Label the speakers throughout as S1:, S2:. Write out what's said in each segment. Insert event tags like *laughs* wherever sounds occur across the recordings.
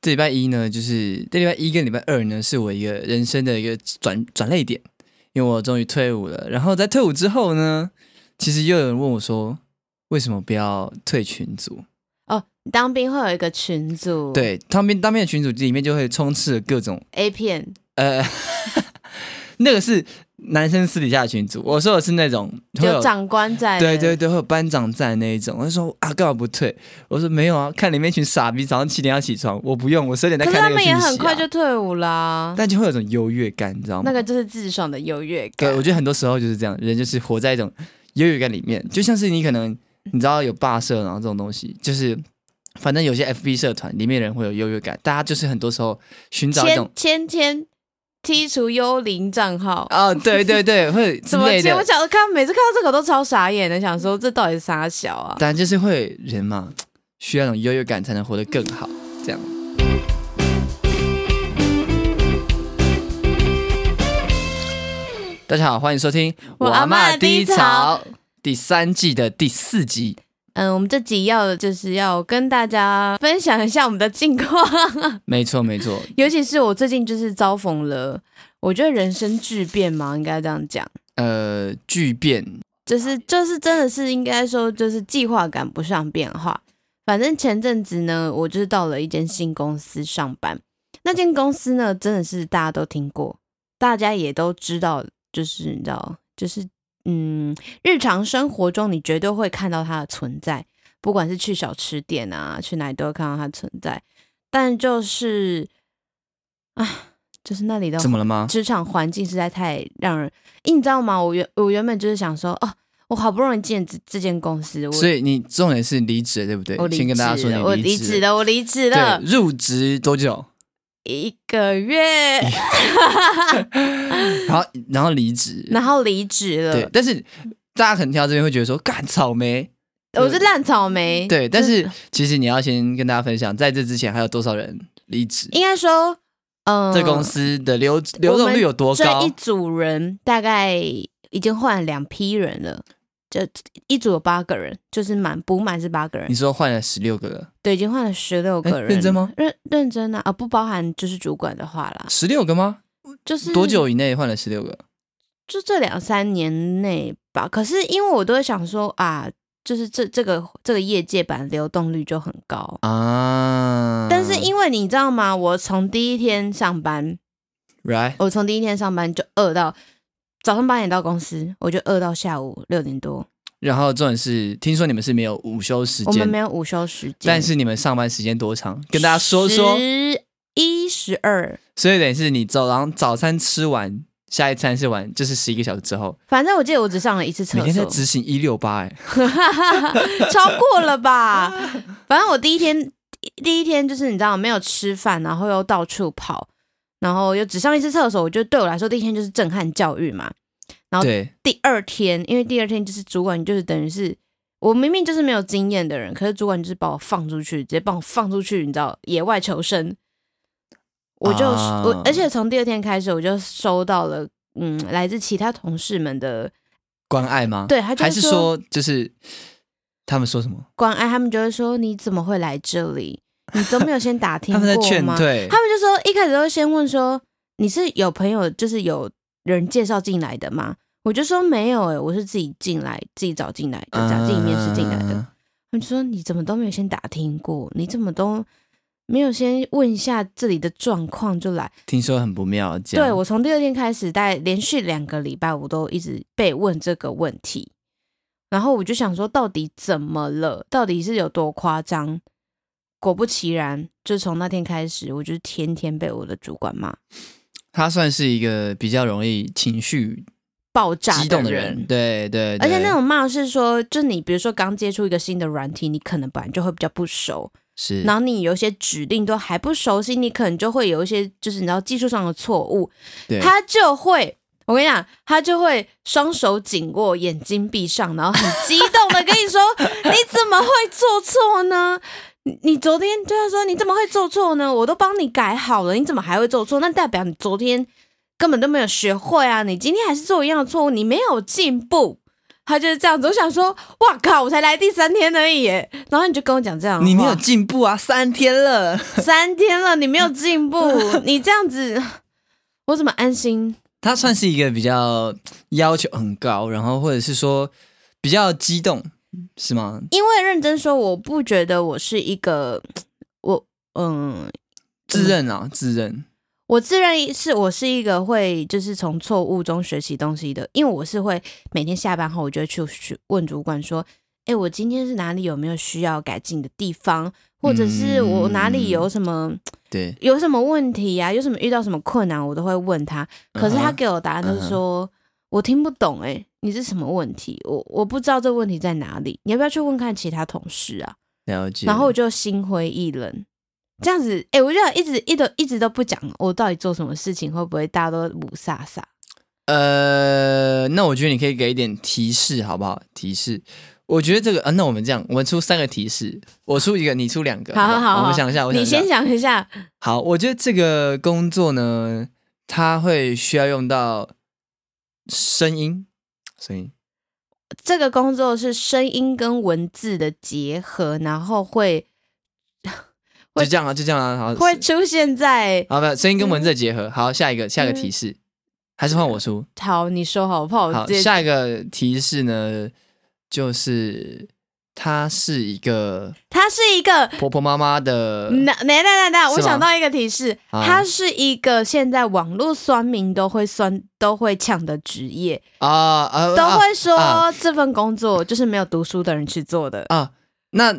S1: 这礼拜一呢，就是这礼拜一跟礼拜二呢，是我一个人生的一个转转泪点，因为我终于退伍了。然后在退伍之后呢，其实又有人问我说，为什么不要退群组？
S2: 哦，你当兵会有一个群组，
S1: 对，当兵当兵的群组里面就会充斥着各种
S2: ，A 片，
S1: 呃，那个是男生私底下的群组，我说的是那种会
S2: 有
S1: 有
S2: 长官在，
S1: 对对，对，会有班长在那一种。我就说啊，干嘛不退？我说没有啊，看里面一群傻逼，早上七点要起床，我不用，我十二点在
S2: 可是
S1: 看
S2: 他
S1: 那个
S2: 们
S1: 讯息、
S2: 也
S1: 啊。
S2: 很快就退伍啦，
S1: 但就会有种优越感，你知道吗？
S2: 那个就是自爽的优越
S1: 对，
S2: 感
S1: 我。觉得很多时候就是这样，人就是活在一种优越感里面，就像是你可能你知道有霸社，然后这种东西，就是反正有些 FB 社团里面的人会有优越感，大家就是很多时候寻找一种
S2: 千千千剔除幽灵账号，
S1: *laughs* 哦，对对对，会之
S2: 什么
S1: 类
S2: 千？我
S1: 的，
S2: 想看每次看到这个我都超傻眼的，想说这到底是啥小啊？
S1: 当然就是会人嘛，需要一种优越感才能活得更好，这样。大家好，欢迎收听《
S2: 我阿嬷
S1: 嬷
S2: 的低潮
S1: 潮》第三季的第四集。
S2: 嗯，我们这集要的就是要跟大家分享一下我们的近况， *laughs*
S1: 没错，没错，
S2: 尤其是我最近就是遭逢了，我觉得人生巨变嘛，应该这样讲，
S1: 呃，巨变，
S2: 就是就是真的是应该说就是计划赶不上变化。反正前阵子呢，我就是到了一间新公司上班，那间公司呢真的是大家都听过，大家也都知道，就是你知道，就是嗯，日常生活中你绝对会看到它的存在，不管是去小吃店啊，去哪里都会看到它的存在。但就是，啊，就是那里的
S1: 怎么了吗？
S2: 职场环境实在太让人，诶你知道吗？我原我原本就是想说，哦，我好不容易进这这间公司，我
S1: 所以你重点是离职了，对不对
S2: 我？离
S1: 先跟大家
S2: 职
S1: 说，
S2: 了我
S1: 你
S2: 离职
S1: 了，
S2: 了，我离职了
S1: 对，入职多
S2: *laughs*
S1: 久？
S2: 一个
S1: *laughs*
S2: 月，
S1: 然后然后离职，
S2: 然后离职
S1: 对
S2: 了，，
S1: 但是大家可能听到这边会觉得说，干草莓，
S2: 我是烂草莓。
S1: 嗯对，但
S2: 就是
S1: 其实你要先跟大家分享，在这之前还有多少人离职？
S2: 应该说，嗯，
S1: 这公司的流流动率有多
S2: 这
S1: 高
S2: 一？组人大概已经换了两批人了。这一组有八个人，就是满补满是八个人
S1: 你，说换了十六个了，
S2: 对，已经换了十六
S1: 哎
S2: 个人。
S1: 认真吗？
S2: 认认真啊，啊，不包含就是主管的话啦，
S1: 十六个吗？
S2: 就是
S1: 多久以内换了十六个？
S2: 就这两三年内吧。可是因为我都会想说啊，就是这这个这个业界版流动率就很高，
S1: 啊！
S2: 但是因为你知道吗？我从第一天上
S1: 啊
S2: 班，
S1: right
S2: 我从第一天上班就饿到早上八点到公司，我就饿到下午六点多，
S1: 然后重点是，听说你们是没有午休时
S2: 我们
S1: 间
S2: 没，有午休时间，
S1: 但是你们上班时间多长？跟大家说说。
S2: 十一十二。
S1: 所以等于是你早上早餐吃完，下一餐是完，就是十一个小时之后，
S2: 反正我记得我只上了一次厕
S1: 每天在
S2: 所，
S1: 执行一六八，哎，
S2: 超过了吧？反正我第一天第一天就是你知道没有吃饭，然后又到处跑，然后又只上一次厕所，我觉得对我来说第一天就是震撼教育嘛。好
S1: 对，
S2: 第二天，因为第二天就是主管就是等于是我明明就是没有经验的人，可是主管就是把我放出去，直接把我放出去，你知道野外求生。我就、
S1: 啊
S2: 我，而且从第二天开始，我就收到了嗯来自其他同事们的
S1: 关爱吗？
S2: 对他就
S1: 还
S2: 是
S1: 是
S2: 说
S1: 说就是他们说什么？
S2: 关爱，他们就会说你怎么会来这里？你都没有先打听
S1: *laughs* 他
S2: 过
S1: 们
S2: 吗？
S1: 在劝退，
S2: 他们就说一开始都会先问说你是有朋友，就是有人介绍进来的吗？我就说没有诶、欸我是自己进来，自己找进来的，这样自己面试进来的。
S1: 嗯
S2: 他们就说你怎么都没有先打听过，你怎么都没有先问一下这里的状况就来？
S1: 听说很不妙，这样
S2: 对我从第二天开始，大概连续两个礼拜，我都一直被问这个问题。然后我就想说，到底怎么了？到底是有多夸张？果不其然，就从那天开始，我就是天天被我的主管骂，
S1: 他算是一个比较容易情绪
S2: 爆炸
S1: 激动
S2: 的
S1: 的人，对对，
S2: 而且
S1: 对
S2: 那种骂是说，就你比如说刚接触一个新的软体，你可能本来就会比较不熟，
S1: 是
S2: 然后你有一些指令都还不熟悉，你可能就会有一些就是你知道技术上的错误，
S1: 对
S2: 他就会，我跟你讲，他就会双手紧握，眼睛闭上，然后很激动的跟你说：“你怎么会做错呢？ *laughs* 你你昨天对他说你怎么会做错呢？我都帮你改好了，你怎么还会做错？那代表你昨天根本都没有学会啊！你今天还是做一样的错误，你没有进步。”他就是这样子。我想说，哇靠，我才来第三天而已耶，然后你就跟我讲这样的话，
S1: 你没有进步啊，三天了，
S2: 三天了，你没有进步，你这样子，我怎么安心？
S1: 他算是一个比较要求很高，然后或者是说比较激动，是吗？
S2: 因为认真说，我不觉得我是一个，我嗯，
S1: 自认啊，自认，
S2: 我自认是我是一个会就是从错误中学习东西的，因为我是会每天下班后，我就会去去问主管说，哎，我今天是哪里有没有需要改进的地方，或者是我哪里有什么。
S1: 对，
S2: 有什么问题呀、有什么遇到什么困难，我都会问他。可是
S1: 嗯
S2: 他
S1: 哼
S2: 给我答案就是说，我听不懂、欸，你是什么问题？我我不知道这问题在哪里，你要不要去问看其他同事啊？
S1: 了解。
S2: 然后我就心灰意冷，这样子，哎、我就一直一直一直都不讲我到底做什么事情，会不会大家都五煞煞？
S1: 呃，那我觉得你可以给一点提示，好不好？提示，我觉得这个啊，那我们这样，我们出三个提示，我出一个，你出两个，
S2: 好
S1: 不
S2: 好好，
S1: 啊我们想一下，我想
S2: 你
S1: 一下
S2: 先想一下，
S1: 好，我觉得这个工作呢，它会需要用到声音，声音，
S2: 这个工作是声音跟文字的结合，然后会
S1: 就
S2: 会
S1: 这样啊，就这样啊，好，
S2: 会出现在
S1: 好，没有声音跟文字
S2: 嗯
S1: 的结合。好，下一个，下一个提示，还是换我出。
S2: 好，你说好，我怕我
S1: 好，
S2: 哦直接
S1: 下一个提示呢，就是它是一个
S2: 它是一个，
S1: 婆婆妈妈的，
S2: *laughs* 那那那那那，
S1: 呃是吗
S2: 我想到一个提示，
S1: 啊
S2: 它是一个现在网络酸民都会酸都会呛的职业，
S1: 啊啊，
S2: 都
S1: 啊
S2: 会说
S1: 啊
S2: 这份工作就是没有读书的人去做的，
S1: 啊。那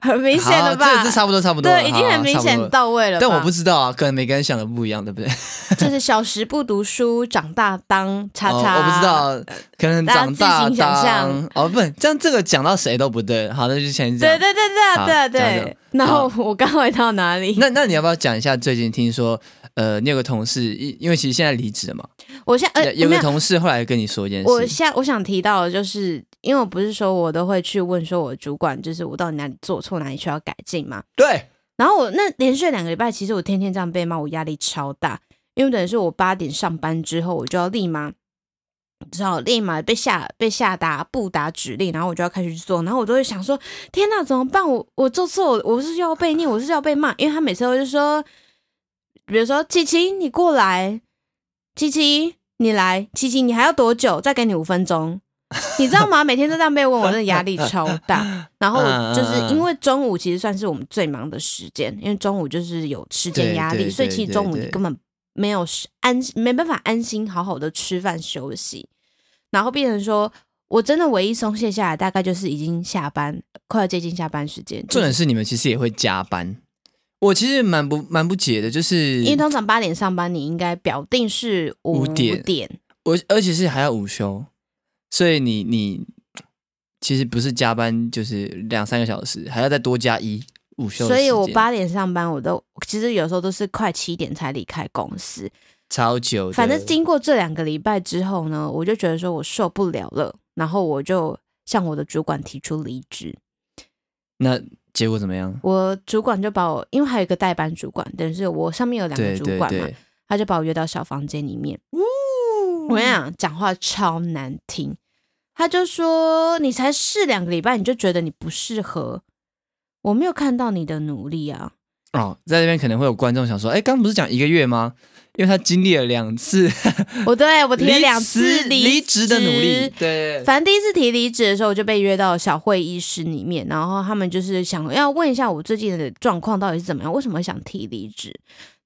S2: 很明显
S1: 好
S2: 了吧？
S1: 这这差不多，差不多了，
S2: 对，已经
S1: 好
S2: 很明
S1: 好
S2: 显。
S1: 差不多了
S2: 到位了吧。
S1: 但我不知道啊，可能每个人想的不一样，对不对？
S2: 就是小时不读书，长大
S1: *laughs*
S2: 当叉
S1: 哦
S2: 叉。呃
S1: 我不知。道，可能
S2: 大家
S1: 长大
S2: 自行想象
S1: 当哦，不，这样这个讲到谁都不对。好，那就先这
S2: 对
S1: 样。
S2: 对对对
S1: 好
S2: 对
S1: 这样
S2: 对
S1: 这样
S2: 对。然后我刚回到哪里？
S1: 那那你要不要讲一下最近听说，呃，你有个同事，因因为其实现在离职了嘛，
S2: 我现在呃
S1: 有有个
S2: 没有
S1: 同事后来跟你说一件
S2: 我
S1: 事，
S2: 现在我想提到的就是，因为我不是说我都会去问说我主管，就是我到底哪里做错，哪里需要改进嘛。
S1: 对，
S2: 然后我那连续两个礼拜，其实我天天这样被骂，我压力超大，因为等于是我八点上班之后，我就要立马，知道立马被下被下达不达指令，然后我就要开始去做，然后我都会想说，天呐，怎么办？我我做错，我我是要被念，我是要被骂，因为他每次都就说，比如说琪琪，你过来，琪琪，你来，琪琪，你还要多久？再给你五
S1: *laughs*
S2: 分钟。你知道吗？每天都这样被问，我真的压力超大。
S1: *laughs*
S2: 然后
S1: 嗯嗯
S2: 就是
S1: 嗯
S2: 因为中午其实算是我们最忙的时间，因为中午就是有时间压
S1: 对
S2: 力，
S1: 对
S2: 所以其
S1: 对
S2: 实中午
S1: 对
S2: 你根本没有时安没办法安心好好的吃饭休息，然后变成说我真的唯一松懈下来，大概就是已经下班，快要接近下班时间。
S1: 重点
S2: 是，
S1: 是你们其实也会加班，我其实蛮不蛮不解的，就是
S2: 因为通常八点上班，你应该表定是
S1: 五点
S2: 五点
S1: 我而且是还要午休，所以你你其实不是加班就是两三个小时，还要再多加一午休的时
S2: 所
S1: 间，
S2: 以我八点上班，我都其实有时候都是快七点才离开公司。
S1: 超久的，
S2: 反正经过这两个礼拜之后呢，我就觉得说我受不了了，然后我就向我的主管提出离职。
S1: 那结果怎么样？
S2: 我主管就把我，因为还有一个代班主管，等于是我上面有两个
S1: 对
S2: 主
S1: 对
S2: 管嘛，
S1: 对，
S2: 他就把我约到小房间里面。我跟你讲，讲话超难听。他就说：“你才试两个礼拜，你就觉得你不适合，我没有看到你的努力啊。
S1: 哦，在这边可能会有观众想说，哎，刚不是讲一个月吗？因为他经历了两
S2: *laughs*
S1: 次
S2: 我对我提了两次
S1: 离离职的努力，对，
S2: 反正第一次提离职的时候，我就被约到小会议室里面，然后他们就是想要问一下我最近的状况到底是怎么样，为什么想提离职？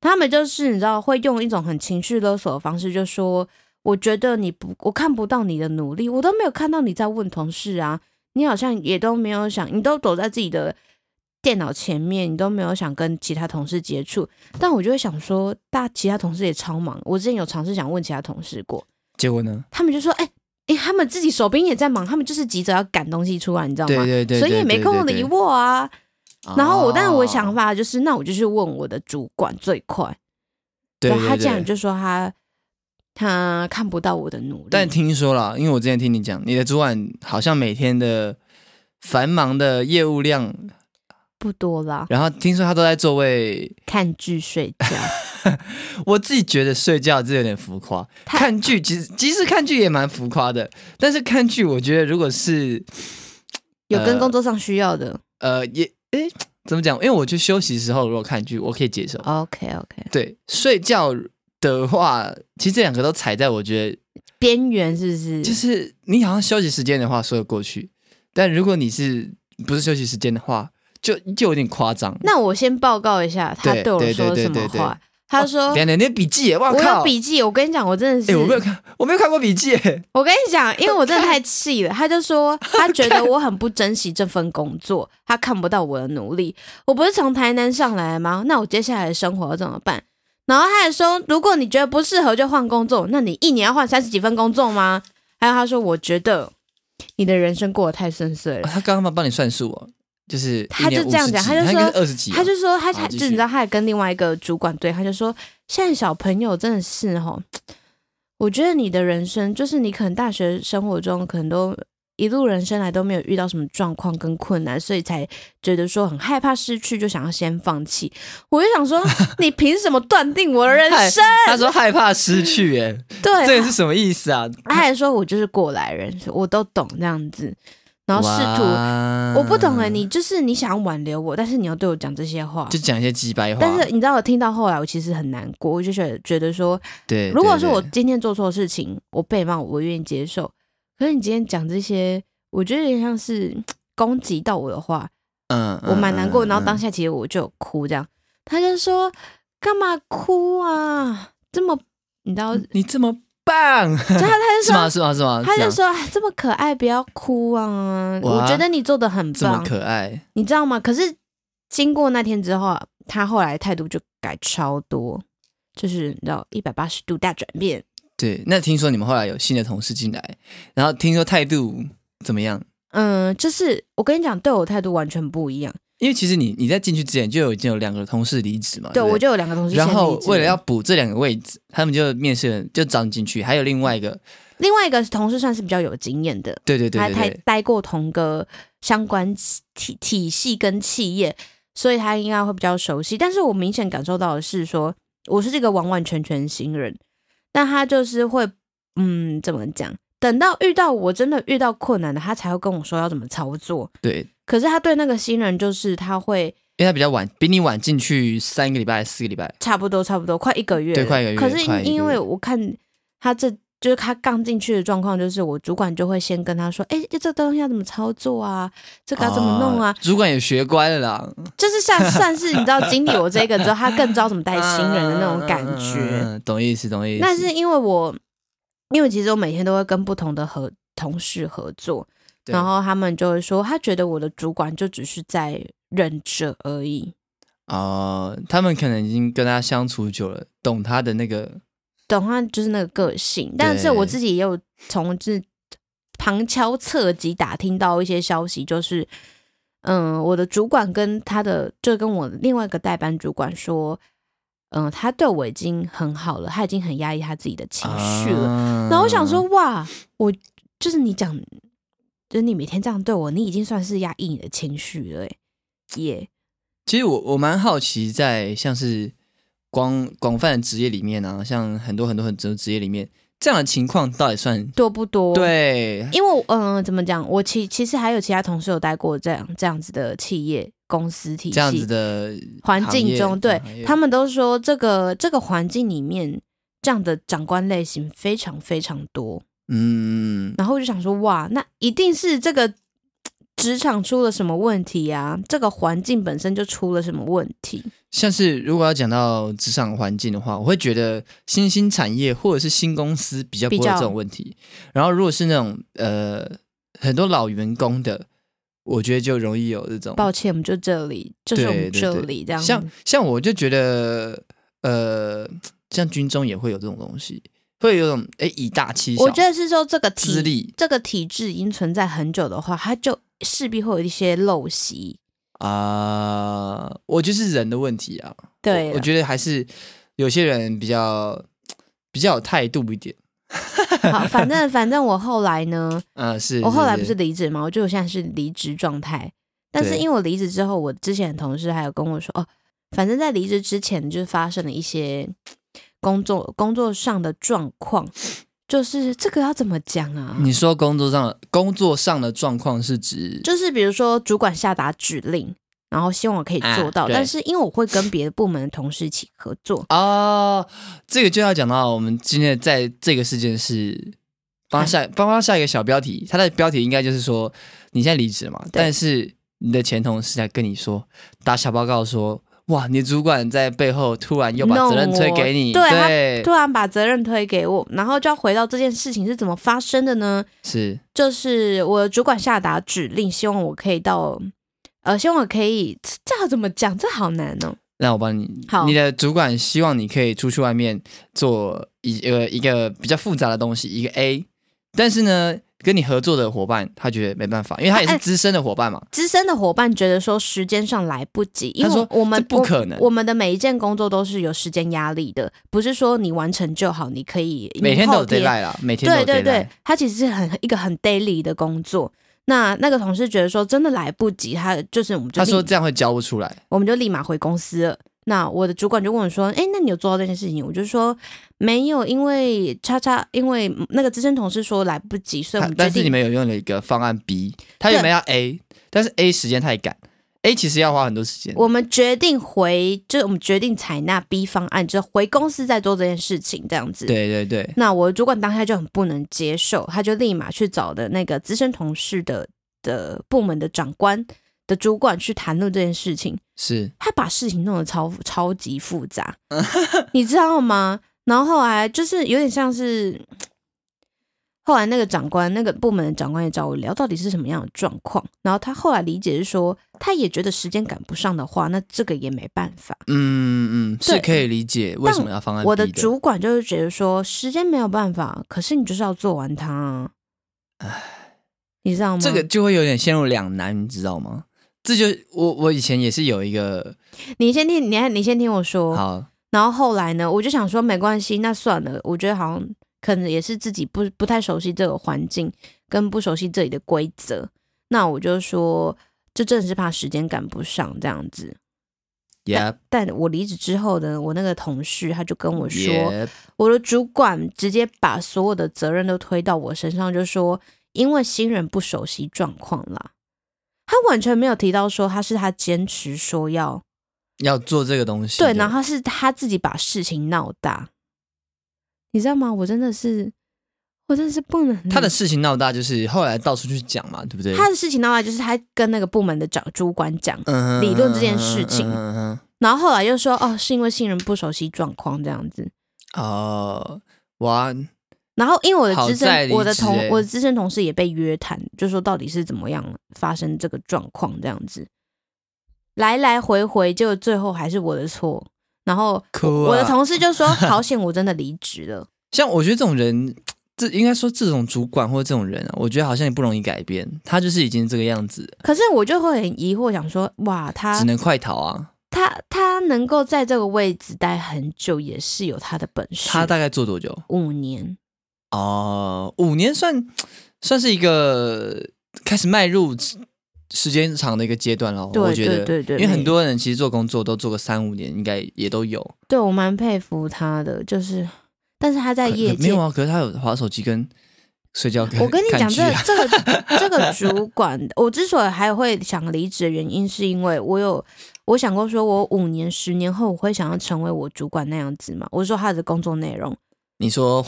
S2: 他们就是你知道会用一种很情绪勒索的方式，就说我觉得你不，我看不到你的努力，我都没有看到你在问同事啊，你好像也都没有想，你都躲在自己的电脑前面，你都没有想跟其他同事接触。但我就会想说，大其他同事也超忙，我之前有尝试想问其他同事过，
S1: 结果呢？
S2: 他们就说：“哎、哎、他们自己手边也在忙，他们就是急着要赶东西出来，你知道吗？
S1: 对对对，
S2: 所以也
S1: 对
S2: 没
S1: 对
S2: 空
S1: 对
S2: 理我啊。然后我，但是我想
S1: 哦，
S2: 法就是，那我就去问我的主管最快。
S1: 对对
S2: 他
S1: 对
S2: 竟然就说他他看不到我的努力，
S1: 但听说了，因为我之前听你讲，你的主管好像每天的繁忙的业务量，
S2: 不多啦，
S1: 然后听说他都在座位， *laughs*
S2: 看剧睡觉。
S1: 我自己觉得睡觉这有点浮夸，
S2: 太
S1: 看剧其实其实看剧也蛮浮夸的，但是看剧我觉得如果是
S2: 有跟
S1: 呃
S2: 工作上需要的。
S1: 呃也诶怎么讲？因为我去休息时候如果看剧，我可以接受。
S2: OK OK，
S1: 对，睡觉的话，其实这两个都踩在我觉得
S2: 边缘是不是？
S1: 就是你好像休息时间的话说得过去，但如果你是不是休息时间的话，就就有点夸张。
S2: 那我先报告一下他
S1: 对
S2: 对我
S1: 对对
S2: 说
S1: 对
S2: 什么
S1: 对对
S2: 话。他说
S1: 哦：“两两天笔记耶，哇
S2: 呃我有
S1: 靠！
S2: 笔记，我跟你讲，我真的是，
S1: 哎，我没有看，我没有看过笔记耶。
S2: 我跟你讲，因为我真的太气了。他就说他觉得我很不珍惜这份工作，他看不到我的努力。 *laughs* 我不是从台南上来吗？那我接下来的生活要怎么办？然后他还说，如果你觉得不适合就换工作，那你一年要换三十几份工作吗？还有他说，我觉得你的人生过得太顺遂
S1: 哦
S2: 了。
S1: 他刚刚帮帮你算数哦，就是
S2: 他就
S1: 一年
S2: 这样讲
S1: 50
S2: 他就
S1: 集
S2: 说
S1: 应该是二十几吧，哦
S2: 他就说他
S1: 好
S2: 才
S1: 继
S2: 就
S1: 续
S2: 你知道，他还跟另外一个主管对，他就说现在小朋友真的是哈，我觉得你的人生就是你可能大学生活中可能都一路人生来都没有遇到什么状况跟困难，所以才觉得说很害怕失去，就想要先放弃。我就
S1: *laughs*
S2: 想说，你凭什么断定我的人
S1: 嗨
S2: 生？
S1: 他说害怕失去，哎，这
S2: 对
S1: 个，是什么意思啊？
S2: 他还说我就是过来人，我都懂这样子，然后试图。
S1: 哇嗯
S2: 我不懂哎，你就是你想要挽留我，但是你又对我讲这些话，
S1: 就讲一些鸡白话。
S2: 但是你知道，我听到后来，我其实很难过，我就觉得觉得说，
S1: 对，
S2: 如果
S1: 对
S2: 说我
S1: 对
S2: 今天做错事情，我被骂，我愿意接受。可是你今天讲这些，我觉得有点像是攻击到我的话，
S1: 嗯，嗯
S2: 我蛮难过。
S1: 嗯
S2: 然后
S1: 嗯
S2: 当下其实我就有哭，这样他就说干嘛哭啊？这么你知道，就
S1: 你这么棒，
S2: 他他 *laughs* 就是说
S1: *laughs* 吗？是吗？是吗？
S2: 他
S1: 嗯这
S2: 就
S1: 样
S2: 说哎这么可爱，不要哭啊！我
S1: 哇
S2: 觉得你做的很
S1: 这么
S2: 棒，
S1: 可爱，
S2: 你知道吗？可是经过那天之后啊，他后来态度就改超多，就是你知道一百八十度大转变。
S1: 对。那听说你们后来有新的同事进来，然后听说态度怎么样？
S2: 嗯，就是我跟你讲，对我态度完全不一样。
S1: 因为其实你你在进去之前就有已经有两个同事离职嘛，
S2: 对
S1: 不
S2: 我就有两个同事先
S1: 哦然
S2: 离职，
S1: 后为了要补这两个位置，他们就面试人就招你进去，还有另外一个，
S2: 另外一个同事算是比较有经验的，
S1: 对对对
S2: 他
S1: 对
S2: 他
S1: 对，
S2: 待过同个相关体体系跟企业，所以他应该会比较熟悉。但是我明显感受到的是说，我是这个完完全全新人，但他就是会，嗯，怎么讲？等到遇到我真的遇到困难了，他才会跟我说要怎么操作。
S1: 对，
S2: 可是他对那个新人，就是他会
S1: 因为他比较晚，比你晚进去三个礼拜、四个礼拜，
S2: 差不多差不多快一个月了，
S1: 对快一个月
S2: 可是
S1: 快一个月
S2: 因为我看他这就是他刚进去的状况，就是我主管就会先跟他说：“哎、这东西要怎么操作啊？这个要怎么弄啊？”
S1: 哦主管也学乖了啦，
S2: 就是像算是你知道经历我这个之后，他更知道怎么带新人的那种感
S1: 嗯，嗯
S2: 觉。
S1: 嗯嗯懂意思，懂意思。
S2: 那是因为我，因为其实我每天都会跟不同的合同事合作，
S1: 对
S2: 然后他们就会说，他觉得我的主管就只是在忍着而已，
S1: 哦、他们可能已经跟他相处久了，懂他的那个，
S2: 懂他就是那个个性。但是我自己也有从这旁敲侧击打听到一些消息，就是。嗯，我的主管跟他的就跟我另外一个代班主管说，嗯，他对我已经很好了，他已经很压抑他自己的情绪了。
S1: 啊
S2: 然后我想说，，哇，我就是你讲，就是你每天这样对我，你已经算是压抑你的情绪了，哎，耶、
S1: 其实我我蛮好奇，在像是广广泛的职业里面啊，像很多很多很多职业里面，这样的情况到底算
S2: 多不多？，
S1: 对？
S2: 因为我嗯、怎么讲，我其其实还有其他同事有待过这样这样子的企业公司体系，
S1: 这样子的
S2: 环
S1: 行
S2: 境
S1: 业
S2: 中，对
S1: 行业
S2: 他们都说这个这个环境里面这样的长官类型非常非常多。
S1: 嗯，
S2: 然后我就想说，哇，那一定是这个职场出了什么问题啊？这个环境本身就出了什么问题？
S1: 像是如果要讲到职场环境的话，我会觉得新兴产业或者是新公司比较不
S2: 比
S1: 会有
S2: 较
S1: 这种问题。然后如果是那种呃很多老员工的，我觉得就容易有这种。
S2: 抱歉，我们就这里，就是我
S1: 对
S2: 们
S1: 对
S2: 这
S1: 对
S2: 里这样。
S1: 像像我就觉得呃，像军中也会有这种东西，会有一种哎以大欺小，
S2: 我觉得是说这个体
S1: 资历
S2: 这个体制已经存在很久的话，它就势必会有一些陋习。
S1: 啊、我就是人的问题啊。
S2: 对
S1: 我，
S2: 了 *laughs*
S1: 我觉得还是有些人比较比较有态度一点。
S2: 好，反正反正我后来呢，
S1: 嗯、 *laughs* 是
S2: 我后来不是离职嘛，我就现在是离职状态。但是
S1: 对
S2: 因为我离职之后，我之前的同事还有跟我说，哦，反正在离职之前就发生了一些工作工作上的状况，就是这个要怎么讲啊？
S1: 你说工作上的工作上的状况是指
S2: 就是比如说主管下达指令，然后希望我可以做到，
S1: 啊对
S2: 但是因为我会跟别的部门的同事一起合作，
S1: 哦，这个就要讲到我们今天在这个事件是帮他
S2: 哎
S1: 下帮他下一个小标题，他的标题应该就是说你现在离职嘛，但是你的前同事在跟你说打小报告说，哇，你的主管在背后突然又把责任推给你，
S2: 弄我对他
S1: 对
S2: 突，然把责任推给我，然后就要回到这件事情是怎么发生的呢？
S1: 是
S2: 就是我的主管下达指令，希望我可以到，呃，希望我可以，这这要怎么讲？这好难哦。
S1: 那我帮你
S2: 好，
S1: 你的主管希望你可以出去外面做一呃一个比较复杂的东西，一个 A，但是呢，跟你合作的伙伴他觉得没办法，因为他也
S2: 哎
S1: 是资深的伙伴嘛，
S2: 资深的伙伴觉得说时间上来不及，因
S1: 他
S2: 为
S1: 说
S2: 我们
S1: 这不可能
S2: 我，我们的每一件工作都是有时间压力的，不是说你完成就好，你可以
S1: 每天都有
S2: 后天
S1: deadline 啦，每天都
S2: 对
S1: 有
S2: 对对
S1: deadline。，
S2: 他其实是很一个很 daily 的工作。那那个同事觉得说真的来不及，他就是我们就
S1: 他说
S2: 立
S1: 这样会教不出来，
S2: 我们就立马回公司了。那我的主管就问我说：“哎，那你有做到这件事情？”我就说：“没有，因为叉叉，因为那个资深同事说来不及，所以我
S1: 他
S2: 们
S1: *laughs*
S2: 决
S1: 但是你
S2: 定
S1: 们有用了一个方案 B，他原本要 A，但是 A 时间太赶，A 其实要花很多时间。
S2: 我们决定回，就是我们决定采纳 B 方案，就是回公司再做这件事情，这样子。
S1: 对对对，
S2: 那我主管当下就很不能接受，他就立马去找的那个资深同事的的部门的长官的主管去谈论这件事情。
S1: 是
S2: 他把事情弄得超超级复杂，你知道吗？然后后来就是有点像是，后来那个长官，那个部门的长官也找我聊到底是什么样的状况。然后他后来理解是说，他也觉得时间赶不上的话，那这个也没办法。
S1: 嗯嗯，是
S2: 对
S1: 可以理解为什么要方案 B
S2: 我的主管就是觉得说，时间没有办法，可是你就是要做完它、啊。你知道吗？
S1: 这个就会有点陷入两难，你知道吗？这就我我以前也是有一个
S2: 你先听，你先你先听我说。
S1: 好，
S2: 然后后来呢，我就想说没关系，那算了。我觉得好像可能也是自己不不太熟悉这个环境，跟不熟悉这里的规则。那我就说，就真的是怕时间赶不上这样子。
S1: 耶
S2: 但我离职之后呢，我那个同事他就跟我 *laughs* 说，
S1: 耶，
S2: 我的主管直接把所有的责任都推到我身上，就说因为新人不熟悉状况啦。他完全没有提到说他是他坚持说要
S1: 要做这个东西的，
S2: 对，然后是他自己把事情闹大，你知道吗？我真的是，我真的是不能理
S1: 他的事情闹大，就是后来到处去讲嘛，对不对？
S2: 他的事情闹大，就是他跟那个部门的长主管讲，
S1: 嗯哼
S2: 理论这件事情
S1: 嗯哼嗯哼
S2: 然后后来又说哦，是因为新人不熟悉状况这样子。
S1: 哦，哇，
S2: 然后因为我的
S1: 好
S2: 资
S1: 在
S2: 深，
S1: 理欸
S2: 我的
S1: 解
S2: 同我的资深同事也被约谈，就说到底是怎么样发生这个状况这样子，来来回回，就最后还是我的错。然后
S1: 哭啊！
S2: 我的同
S1: *laughs*
S2: 事就说：“好险，我真的离职了。”
S1: 像我觉得这种人，这应该说这种主管或者这种人啊，我觉得好像也不容易改变，他就是已经这个样子，
S2: 可是我就会很疑惑，想说，哇，他
S1: 只能快逃啊。
S2: 他他能够在这个位置待很久，也是有他的本事。
S1: 他大概做多久？
S2: 五年，
S1: 哦，五年算算是一个开始迈入时间长的一个阶段了。
S2: 对
S1: 我觉得，
S2: 对对对
S1: 因为很
S2: 没
S1: 多人其实做工作都做个三五年，应该也都有。
S2: 对我蛮佩服他的，就是，但是他在
S1: 可
S2: 业
S1: 没
S2: 界，
S1: 有啊，可是他有划手机跟睡觉跟。
S2: 我跟你
S1: 看
S2: 讲，
S1: 剧
S2: 这
S1: 啊
S2: 这个这个主管，我之所以还会想离职的原因，是因为我有我想过，说我五年、十年后我会想要成为我主管那样子嘛？我说他的工作内容。
S1: 你说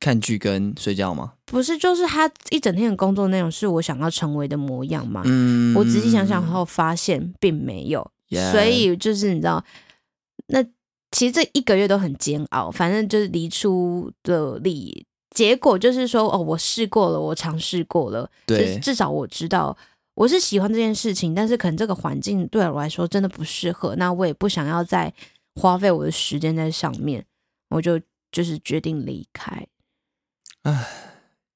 S1: 看剧跟睡觉吗？
S2: 不是，就是他一整天的工作内容是我想要成为的模样嘛？
S1: 嗯，
S2: 我仔细想想后发现并没有
S1: Yeah
S2: 所以就是你知道，那其实这一个月都很煎熬，反正就是离出的理结果就是说，哦，我试过了，我尝试过了，就是
S1: 对
S2: 至少我知道我是喜欢这件事情，但是可能这个环境对我来说真的不适合，那我也不想要再花费我的时间在上面，我就就是决定离开。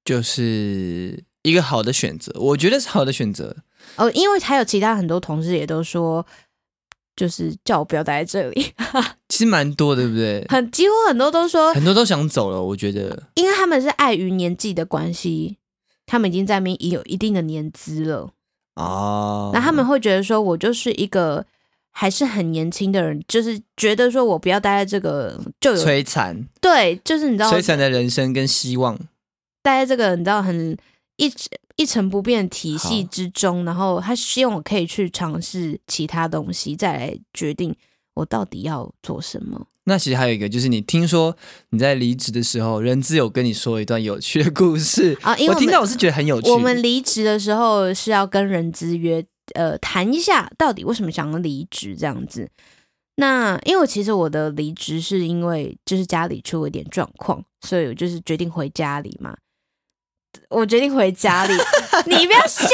S1: 就是一个好的选择，我觉得是好的选择。
S2: 哦，因为还有其他很多同事也都说，就是叫我不要待在这里。 *laughs*
S1: 其实蛮多，对不对？
S2: 很几乎很多都说，
S1: 很多都想走了，我觉得
S2: 因为他们是碍于年纪的关系，他们已经在那边已有一定的年资了，
S1: 哦，
S2: 那、他们会觉得说我就是一个还是很年轻的人，就是觉得说我不要待在这个就有
S1: 摧残，
S2: 对，就是你知道
S1: 摧残的人生跟希望，
S2: 待在这个你知道很一直一成不变的体系
S1: 好
S2: 之中，然后他希望我可以去尝试其他东西，再来决定我到底要做什么。
S1: 那其实还有一个，就是你听说你在离职的时候，人资有跟你说一段有趣的故事
S2: 啊因为
S1: 我
S2: 我
S1: 听
S2: 们
S1: 到我是觉得很有趣。
S2: 我们离职的时候是要跟人资约，呃，谈一下到底为什么想要离职这样子。那因为我其实我的离职是因为就是家里出了一点状况，所以我就是决定回家里嘛。我决定回
S1: *laughs*
S2: 家里，你不要笑，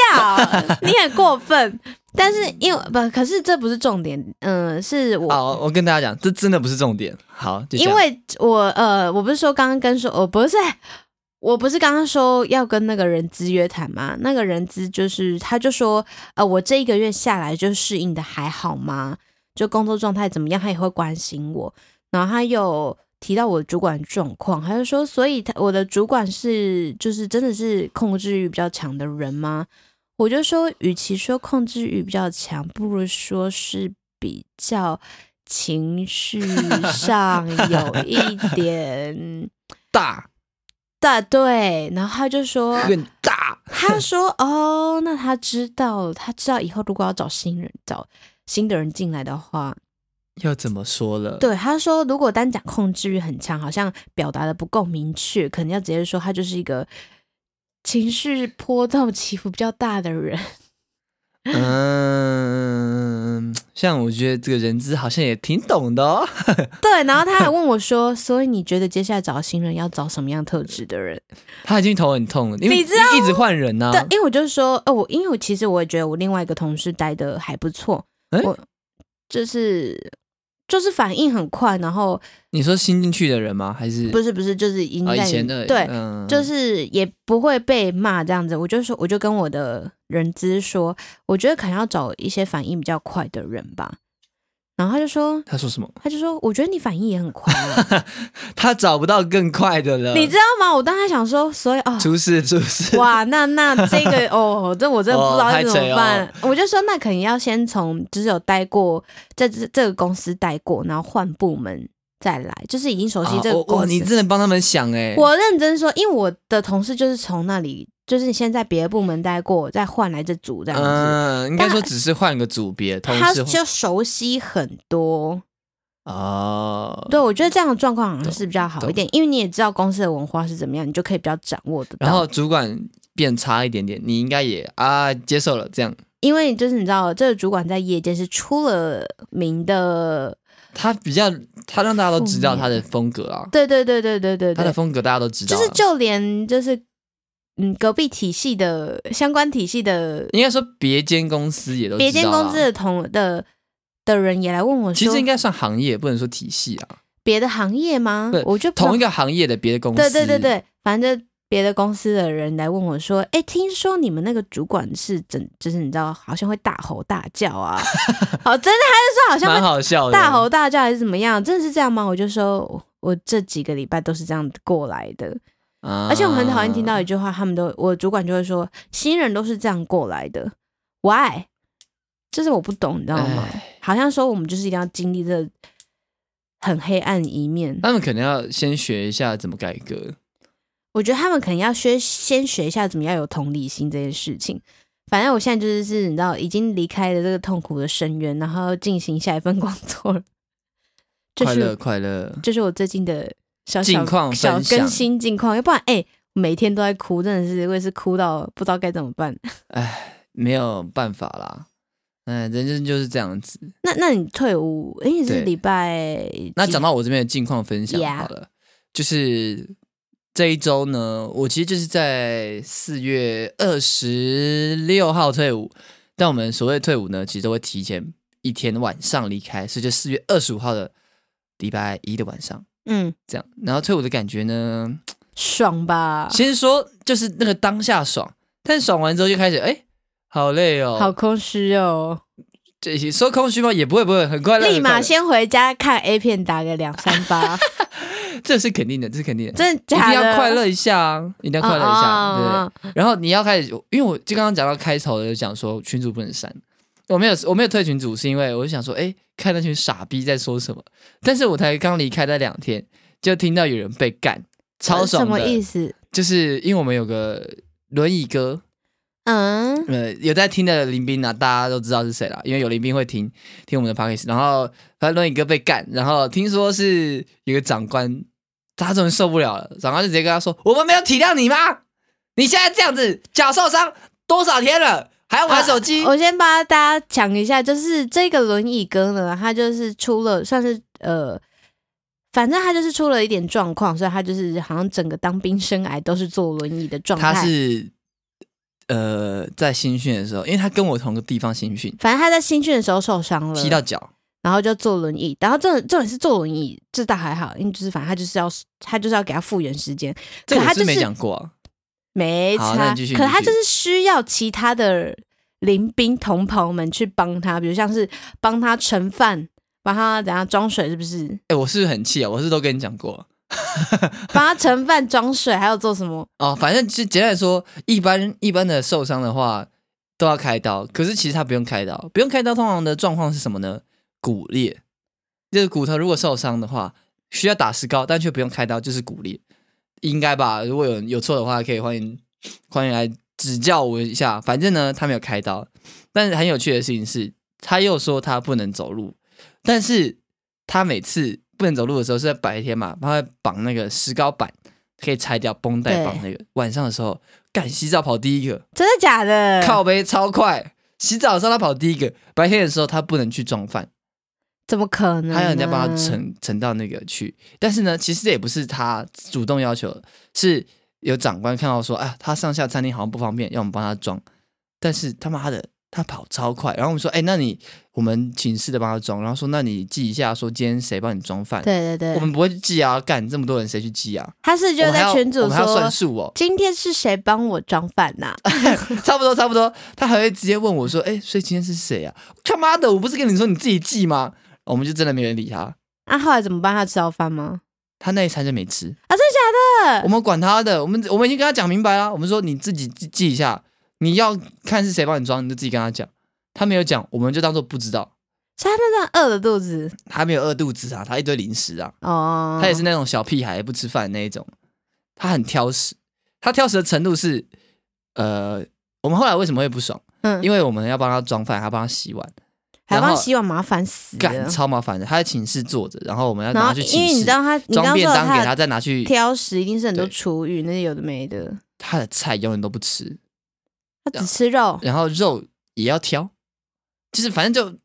S2: 你很过分。但是因为不，可是这不是重点，嗯、是我
S1: 好，我跟大家讲，这真的不是重点。好，就这
S2: 因
S1: 样
S2: 为我呃，我不是说刚刚跟说，我不是，我不是刚刚说要跟那个人资约谈吗？那个人资就是他就说，呃，我这一个月下来就适应的还好吗？就工作状态怎么样，他也会关心我。然后他有提到我主管状况，他就说，所以他我的主管是就是真的是控制欲比较强的人吗？我就说，与其说控制欲比较强，不如说是比较情绪上有一点
S1: 大
S2: 大对。然后他就说，
S1: 更大，
S2: 他说哦，那他知道了，他知道以后如果要找新人找新的人进来的话，
S1: 要怎么说了？
S2: 对，他说如果单讲控制欲很强，好像表达的不够明确，可能要直接说他就是一个情绪波动起伏比较大的人。
S1: *laughs* 嗯，像我觉得这个人资好像也挺懂的哦。 *laughs*
S2: 对，然后他还问我说，所以你觉得接下来找新人要找什么样特质的人？
S1: 他已经头很痛了，因为
S2: 你知道
S1: 一直换人啊呐、
S2: 对，因为我就说，呃，我因为我其实我也觉得我另外一个同事待的还不错，
S1: 诶
S2: 我就是就是反应很快，然后
S1: 你说新进去的人吗？还是
S2: 不是不是就是已经
S1: 啊、
S2: 在、
S1: 以前的
S2: 对，
S1: 嗯
S2: 就是也不会被骂这样子。我就说，我就跟我的人资说，我觉得可能要找一些反应比较快的人吧。然后他就说，
S1: 他说什么？
S2: 他就说，我觉得你反应也很快啊、
S1: *laughs* 他找不到更快的了。
S2: 你知道吗？我当时想说，所以哦，
S1: 出事出 *laughs* 事！
S2: 哇，那那这
S1: *laughs*
S2: 个哦，这我真的不知道
S1: 哦
S2: 该怎么
S1: 太
S2: 办。我就说，那肯定要先从只有待过在这这个公司待过，然后换部门再来，就是已经熟悉
S1: 啊
S2: 这个
S1: 我哇，
S2: 公
S1: 你
S2: 司。
S1: 真的帮他们想哎、
S2: 我认真说，因为我的同事就是从那里，就是你先在别的部门待过，再换来这组这样子，
S1: 嗯，应该说只是换个组别，同
S2: 他
S1: 事
S2: 就熟悉很多。
S1: 哦。
S2: 对，我觉得这样的状况好像是比较好
S1: 懂
S2: 一点，因为你也知道公司的文化是怎么样，你就可以比较掌握得到。
S1: 然后主管变差一点点，你应该也啊接受了这样。
S2: 因为就是你知道，这个主管在业界是出了名的，
S1: 他比较，他让大家都知道
S2: 负面
S1: 他的风格啊，
S2: 对对对对对对
S1: 他的
S2: 对，
S1: 风格大家都知道啊。
S2: 就是就连就是嗯隔壁体系的相关体系的
S1: 应该说别间公司也都知道
S2: 别
S1: 啊
S2: 间公司的同的的人也来问我
S1: 其
S2: 说
S1: 实应，该算行业，不能说体系啊。
S2: 别的行业吗
S1: 对？
S2: 我就不知道
S1: 同一个行业的别的公司，
S2: 对对对，对，反正别的公司的人来问我说：“哎，听说你们那个主管是整，就是你知道，好像会大吼大叫
S1: *laughs*
S2: 啊？哦，真的，他就说好
S1: 蛮
S2: 像会
S1: 好笑的。
S2: 大吼大叫还是怎么样？真的是这样吗？”我就说：“我我这几个礼拜都是这样过来的，
S1: 啊，
S2: 而且我很讨厌听到一句话，他们都我主管就会说，新人都是这样过来的，why？就是我不懂，你知道吗？
S1: 唉
S2: 好像说我们就是一定要经历这很黑暗一面。
S1: 他们可能要先学一下怎么改革。
S2: 我觉得他们可能要学先学一下怎么样有同理心这件事情。反正我现在就是是，你知道，已经离开了这个痛苦的深渊，然后进行下一份工作了。这
S1: 快乐
S2: 是
S1: 快乐，
S2: 这是我最近的小
S1: 近
S2: 小
S1: 况
S2: 小
S1: 分享
S2: 更新近况，要不然哎、每天都在哭，真的是我也是哭到不知道该怎么办。
S1: 没有办法啦。哎，人生就是这样子。
S2: 那那你退伍？哎、你
S1: 对
S2: 是礼拜几
S1: 那讲到我这边的近况分享
S2: Yeah
S1: 好了就是这一周呢，我其实就是在四月二十六号退伍，但我们所谓退伍呢，其实都会提前一天晚上离开，所以就四月二十五号的礼拜一的晚上
S2: 嗯
S1: 这样。然后退伍的感觉呢，
S2: 爽吧？
S1: 先说就是那个当下爽，但爽完之后就开始哎、好累哦，
S2: 好空虚哦，
S1: 这些说空虚吗？也不会不会，很快乐，
S2: 立
S1: 很快
S2: 马
S1: 乐
S2: 先回家看 A 片，打个两三
S1: *laughs*
S2: 巴，
S1: 这是肯定的，这是肯定的。
S2: 真的
S1: 一
S2: 假
S1: 定
S2: 的？
S1: 要快乐一下啊！一定要快乐一下，
S2: 嗯嗯嗯嗯
S1: 对。然后你要开始，因为我就刚刚讲到开头的，就讲说群主不能删，我没有我没有退群组，是因为我就想说，哎，看那群傻逼在说什么。但是我才刚离开那两天，就听到有人被干，超爽
S2: 呃什
S1: 的。
S2: 么意思？
S1: 就是因为我们有个轮椅哥，
S2: 嗯，
S1: 呃，有在听的林斌啊，大家都知道是谁啦，因为有林斌会听听我们的 p o d c a s t 然后他轮椅哥被干，然后听说是有个长官，他终于受不了了，长官就直接跟他说：“我们没有体谅你吗？你现在这样子，脚受伤多少天了，还要玩手机？”
S2: 我先帮大家讲一下，就是这个轮椅哥呢，他就是出了算是呃，反正他就是出了一点状况，所以他就是好像整个当兵生涯都是坐轮椅的状态。
S1: 他是呃在新训的时候，因为他跟我同个地方新训，
S2: 反正他在新训的时候受伤了，
S1: 踢到脚，
S2: 然后就坐轮椅，然后这重点是坐轮椅，这倒还好，因为就是反正他就是要他就是要给他复原时间，
S1: 这
S2: 可
S1: 我
S2: 他就是
S1: 没讲过啊。
S2: 没
S1: 好那
S2: 差
S1: 你继续，
S2: 可他
S1: 你继
S2: 就
S1: 续
S2: 是需要其他的临兵同袍们去帮他，比如像是帮他盛饭，帮他等下装水，是不是？
S1: 哎、我是不是很气啊？我是不是都跟你讲过啊、
S2: 帮他盛饭、装水，还有做什么？
S1: 哦，反正就简单来说，一般一般的受伤的话都要开刀，可是其实他不用开刀，不用开刀，通常的状况是什么呢？骨裂，就是骨头如果受伤的话，需要打石膏，但却不用开刀，就是骨裂，应该吧？如果有有错的话，可以欢迎欢迎来指教我一下。反正呢，他没有开刀，但是很有趣的事情是，他又说他不能走路，但是他每次不能走路的时候是在白天嘛，他会绑那个石膏板，可以拆掉绷带
S2: 对
S1: 绑那个。晚上的时候，干洗澡跑第一个，
S2: 真的假的？
S1: 靠背超快。洗澡的时候他跑第一个，白天的时候他不能去撞饭，
S2: 怎么可能？
S1: 他要人家帮
S2: 嗯
S1: 他。盛盛到那个去。但是呢，其实这也不是他主动要求的，是有长官看到说，啊，他上下餐厅好像不方便，要我们帮他装。但是他妈的，他跑超快。然后我们说，哎、那你我们寝室的帮他装，然后说，那你记一下，说今天谁帮你装饭。
S2: 对对
S1: 我
S2: 对，
S1: 们不会去记啊，干这么多人谁去记啊？
S2: 他是就
S1: 我们还
S2: 在
S1: 要
S2: 群
S1: 我
S2: 主
S1: 们还要
S2: 说
S1: 算，数哦，
S2: 今天是谁帮我装饭呐？ *laughs*
S1: 差不多差不多。他还会直接问我说：“哎、所以今天是谁啊？”他妈的，我不是跟你说你自己记吗？我们就真的没人理他，
S2: 啊，后来怎么办？他吃到饭吗？
S1: 他那一餐就没吃。
S2: 啊，真的假
S1: 我
S2: 的？
S1: 们管他的，我们我们已经跟他讲明白了，我们说你自己记记一下，你要看是谁帮你装，你就自己跟他讲。他没有讲，我们就当做不知道。
S2: 所以他那阵饿着肚子
S1: 他没有饿肚子啊，他一堆零食啊，
S2: 哦，
S1: 他也是那种小屁孩不吃饭那一种，他很挑食，他挑食的程度是，呃，我们后来为什么会不爽？
S2: 嗯，
S1: 因为我们要帮他装饭，还要帮他洗碗，
S2: 还
S1: 然
S2: 帮
S1: 后
S2: 洗碗麻烦死了
S1: 干。超麻烦的。他在寝室坐着，然后我们要
S2: 嗯然
S1: 拿
S2: 后
S1: 去
S2: 因
S1: 寝
S2: 为你
S1: 室
S2: 知道他，你
S1: 装
S2: 刚刚
S1: 便
S2: 说
S1: 当给
S2: 他
S1: 他，再拿去
S2: 挑食，一定是很多
S1: 对
S2: 厨余那些有的没的，
S1: 他的菜永远都不吃，啊
S2: 他只吃肉。
S1: 然后肉也要挑，就是反正就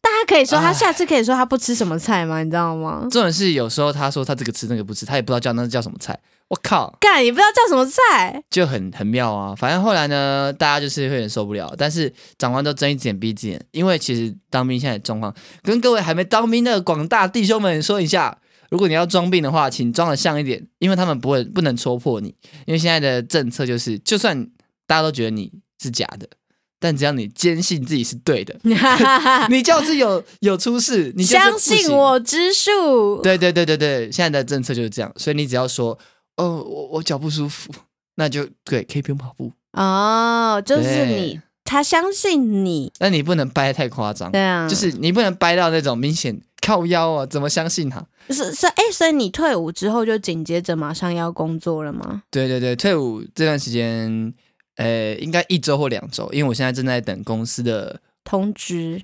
S2: 但他可以说，他
S1: 唉
S2: 下次可以说他不吃什么菜吗？你知道吗？
S1: 重点是有时候他说他这个吃那个不吃，他也不知道叫那叫什么菜，我靠，
S2: 干，你不知道叫什么菜，
S1: 就很很妙啊。反正后来呢，大家就是会有点受不了，但是长官都睁一只眼闭一只眼，因为其实当兵现在的状况，跟各位还没当兵的广大弟兄们说一下。如果你要装病的话，请装的像一点，因为他们不会不能戳破你，因为现在的政策就是，就算大家都觉得你是假的，但只要你坚信自己是对的， *laughs*
S2: *laughs*
S1: 你就是有有出事，你就是
S2: 相
S1: 不
S2: 信
S1: 行
S2: 我之术。
S1: 对对对对对，现在的政策就是这样，所以你只要说，哦，我我脚不舒服，那就对，可以不用跑步，
S2: 哦，就是
S1: 对
S2: 你，他相信你，
S1: 但你不能掰得太夸张，
S2: 对啊，
S1: 就是你不能掰到那种明显靠腰啊，怎么相信他？
S2: 是是，哎，所以你退伍之后就紧接着马上要工作了吗？
S1: 对对对，退伍这段时间，呃，应该一周或两周，因为我现在正在等公司的
S2: 通知，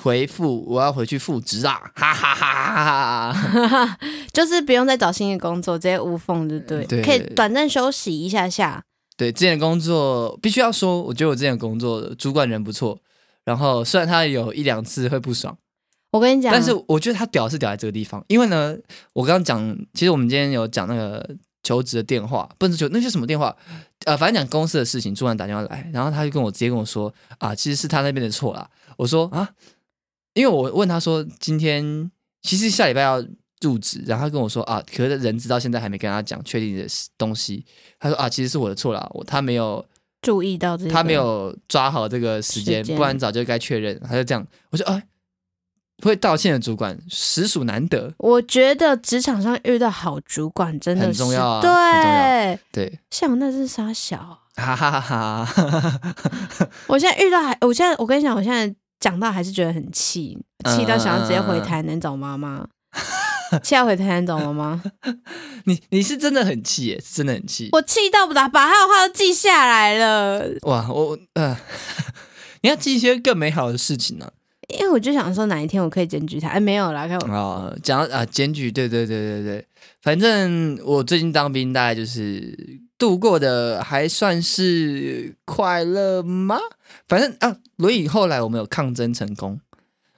S1: 回复，我要回去复职啊，哈哈哈哈哈哈！
S2: *laughs* 就是不用再找新的工作，直接无缝，对不对？
S1: 对
S2: 可以短暂休息一下下。
S1: 对，之前的工作必须要说，我觉得我之前的工作主管人不错，然后虽然他有一两次会不爽。
S2: 我跟你讲，
S1: 但是我觉得他屌是屌在这个地方，因为呢，我刚刚讲，其实我们今天有讲那个求职的电话，不是求那是什么电话，呃，反正讲公司的事情，主管打电话来，然后他就跟我直接跟我说啊，其实是他那边的错啦。我说啊，因为我问他说今天其实下礼拜要入职，然后他跟我说啊，可是人直到现在还没跟他讲确定的东西，他说啊，其实是我的错啦，我他没有
S2: 注意到这个，
S1: 他没有抓好这个时间
S2: 时，间
S1: 不然早就该确认。他就这样，我说哎，会道歉的主管实属难得，
S2: 我觉得职场上遇到好主管真的是
S1: 很重要啊很重
S2: 对，
S1: 对，
S2: 像我那是傻小
S1: 哈
S2: 啊，
S1: 哈哈哈！ *laughs*
S2: 我现在遇到还，我现在我跟你讲，我现在讲到还是觉得很气，气到想要直接
S1: 嗯
S2: 回台南找妈妈，气到回台南找妈妈，
S1: 你你是真的很气耶，是真的很气。
S2: 我气到把把他的话都记下来了，
S1: 哇，我我呃， *laughs* 你要记一些更美好的事情啊呢、
S2: 因为我就想说哪一天我可以检举他，哎，没有啦，看我
S1: 啊。讲到啊，检举，对对对对对，反正我最近当兵，大概就是度过的还算是快乐吗？反正啊，轮椅后来我们有抗争成功，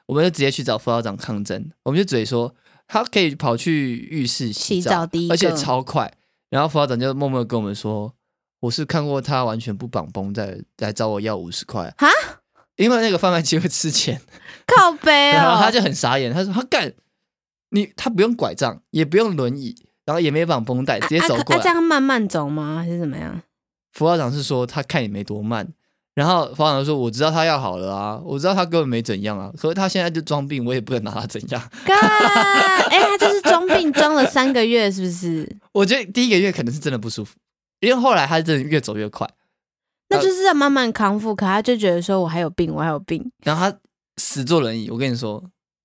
S1: 我们就直接去找副校长抗争，我们就嘴说他可以跑去浴室
S2: 洗
S1: 洗澡
S2: 澡，第一个，
S1: 而且超快。然后副校长就默默地跟我们说，我是看过他完全不绑绷在来找我要五十块
S2: 哈，
S1: 因为那个贩卖机会吃钱，
S2: 靠背
S1: 然
S2: 哦，
S1: 后他就很傻眼，他说他干你，他不用拐杖，也不用轮椅，然后也没绑绷带，直接走
S2: 啊啊
S1: 过
S2: 啊这
S1: 来。
S2: 样慢慢走吗？还是怎么样？
S1: 副校长是说他看你没多慢。然后副校长说：“我知道他要好了啊，我知道他根本没怎样啊，可是他现在就装病，我也不能拿他怎样。
S2: 干，哎、他就是装病装了三个月，是不是？
S1: 我觉得第一个月可能是真的不舒服，因为后来他真的越走越快，
S2: 那就是要慢慢康复，可他就觉得说我还有病，我还有病，
S1: 然后他死坐轮椅，我跟你说，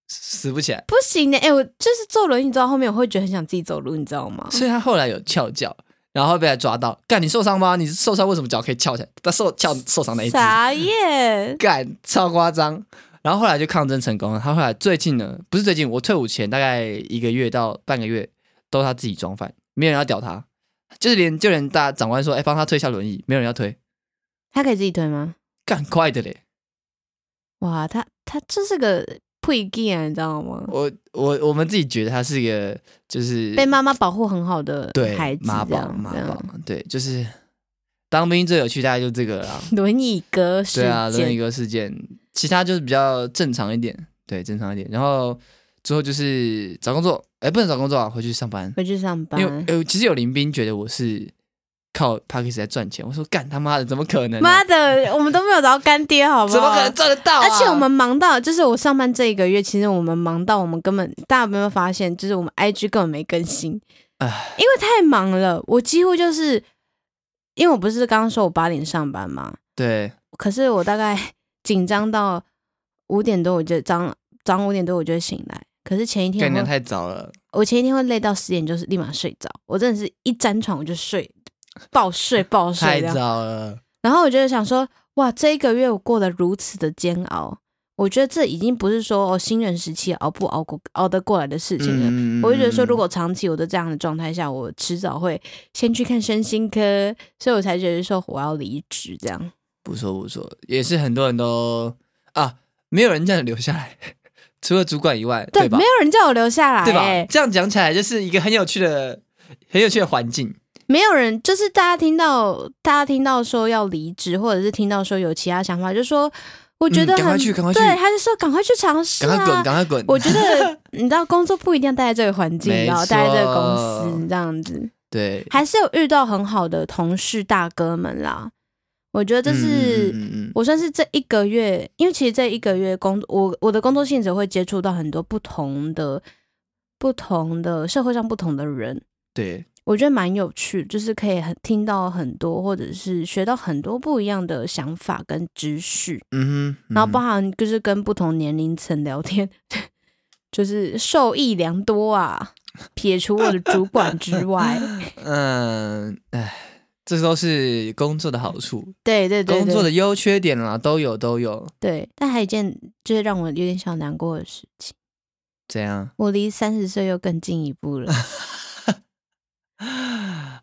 S1: 死不起来，
S2: 不行的。哎、我就是坐轮椅坐到后面，我会觉得很想自己走路，你知道吗？
S1: 所以他后来有翘脚，然后被他抓到，干你受伤吗？你受伤为什么脚可以翘起来？他受翘受伤那一只，
S2: 傻耶！
S1: 干超夸张。然后后来就抗争成功了。他后来最近呢，不是最近，我退伍前大概一个月到半个月，都他自己装饭，没有人要屌他，就是连就连大长官说，哎、帮他推一下轮椅，没有人要推，
S2: 他可以自己推吗？
S1: 干快的嘞。
S2: 哇，他他这是个配件啊，你知道吗？
S1: 我我我们自己觉得他是一个就是
S2: 被妈妈保护很好的
S1: 对
S2: 孩子，
S1: 妈
S2: 这
S1: 宝
S2: 样
S1: 妈
S2: 这样
S1: 宝，对，就是当兵最有趣，大概就这个了啦。
S2: 轮椅哥事
S1: 对啊，轮椅
S2: 件，
S1: 哥事件，其他就是比较正常一点，对，正常一点。然后之后就是找工作，哎，不能找工作啊，回去上班。
S2: 回去上班
S1: 因。为呃，其实有林兵觉得我是靠 p a c k a g e 在赚钱，我说干他妈的，怎么可能、啊
S2: 妈？的，我们都没有找到干爹，好不好？
S1: 怎么可能赚得到、啊？
S2: 而且我们忙到，就是我上班这一个月，其实我们忙到我们根本大家有没有发现，就是我们 IG 根本没更新，
S1: 唉
S2: 因为太忙了。我几乎就是，因为我不是刚刚说我八点上班嘛，
S1: 对，
S2: 可是我大概紧张到五点多，我就早早上五点多我就会醒来。可是前一
S1: 干
S2: 天
S1: 娘
S2: 我会
S1: 太早了，
S2: 我前一天会累到十点，就是立马睡着。我真的是一沾床我就睡，暴睡暴
S1: 太
S2: 睡这样。
S1: 早了。
S2: 然后我就想说，哇，这一个月我过得如此的煎熬，我觉得这已经不是说哦新人时期熬不熬过熬得过来的事情了。
S1: 嗯
S2: 啊我就觉得说，如
S1: 果
S2: 果长期我都这样的状态下，我迟早会先去看身心科，所以我才觉得说我要离职这样。
S1: 不错不错，也是很多人都啊，没有人这样留下来， *laughs* 除了主管以外，吧
S2: 没？有人叫我留下来、
S1: 对吧
S2: 哎？
S1: 这样讲起来就是一个很有趣的、很有趣的环境。
S2: 没有人，就是大家听到大家听到说要离职，或者是听到说有其他想法，就说我觉
S1: 嗯
S2: 得很、
S1: 赶快去赶快去
S2: 对，他就说赶快去尝试、啊，
S1: 赶快滚，赶快滚！
S2: *laughs* 我觉得你知道，工作不一定要待在这个环境，
S1: 没
S2: 然后待在这个公
S1: 错
S2: 司这样子，
S1: 对，
S2: 还是有遇到很好的同事大哥们啦。我觉得这是、
S1: 嗯嗯嗯嗯
S2: 我算是这一个月，因为其实这一个月工我我的工作性质会接触到很多不同的、不同的社会上不同的人，
S1: 对，
S2: 我觉得蛮有趣，就是可以很听到很多，或者是学到很多不一样的想法跟知识。
S1: 嗯哼，嗯
S2: 然后包
S1: 哼
S2: 含就是跟不同年龄层聊天， *laughs* 就是受益良多啊。撇除我的主管
S1: *laughs*
S2: 之外，
S1: 嗯，哎，这都是工作的好处，
S2: 对对
S1: *laughs*
S2: 对
S1: 工作
S2: 对
S1: 的优缺点啦，都有都有。
S2: 对。但还有一件就是让我有点小难过的事情，
S1: 怎样？
S2: 我离三十岁又更进一
S1: *laughs*
S2: 步了。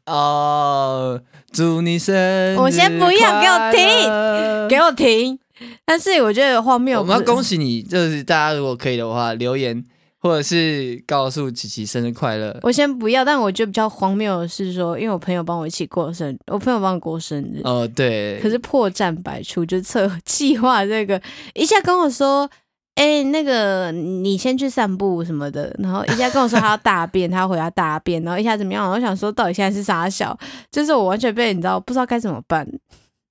S1: 哦，祝你生日
S2: 我先不要给我停
S1: 停
S2: 给我停！但是我觉得荒谬，
S1: 我们要恭喜
S2: 喜
S1: 你，就是大家如果可以的话，留言或者是告诉琪琪生日快乐。
S2: 我先不要。但我觉得比较荒谬的是说，因为我朋友帮我一起过生日，我朋友帮我过生日，
S1: 哦，对，
S2: 可是破绽百出，就策计划这个一下跟我说，哎、那个你先去散步什么的，然后一下跟我说他要大便，他要回家大便，然后一下怎么样？我想说到底现在是啥小，就是我完全被你知道不知道该怎么办。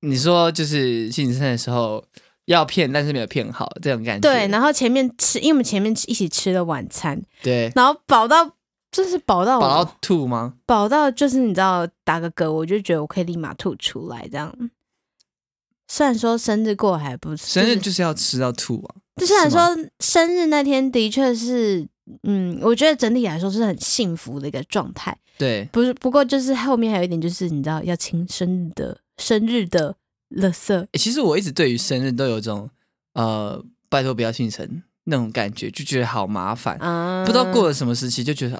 S1: 你说就是庆生的时候要骗，但是没有骗好这种感觉。
S2: 对，然后前面吃，因为我们前面吃一起吃了晚餐，
S1: 对，
S2: 然后饱到这是饱到我
S1: 饱到吐吗？
S2: 饱到就是你知道打个嗝，我就觉得我可以立马吐出来这样。虽然说生日过还不
S1: 生日
S2: 就是
S1: 就是要吃到吐啊！
S2: 就虽然
S1: 是吗
S2: 说生日那天的确是，嗯，我觉得整体来说是很幸福的一个状态。
S1: 对，
S2: 不是，不过就是后面还有一点就是你知道要清生日的生日的垃圾，
S1: 欸其实我一直对于生日都有一种呃，拜托不要庆生那种感觉，就觉得好麻烦。
S2: 啊，
S1: 不知道过了什么时期，就觉得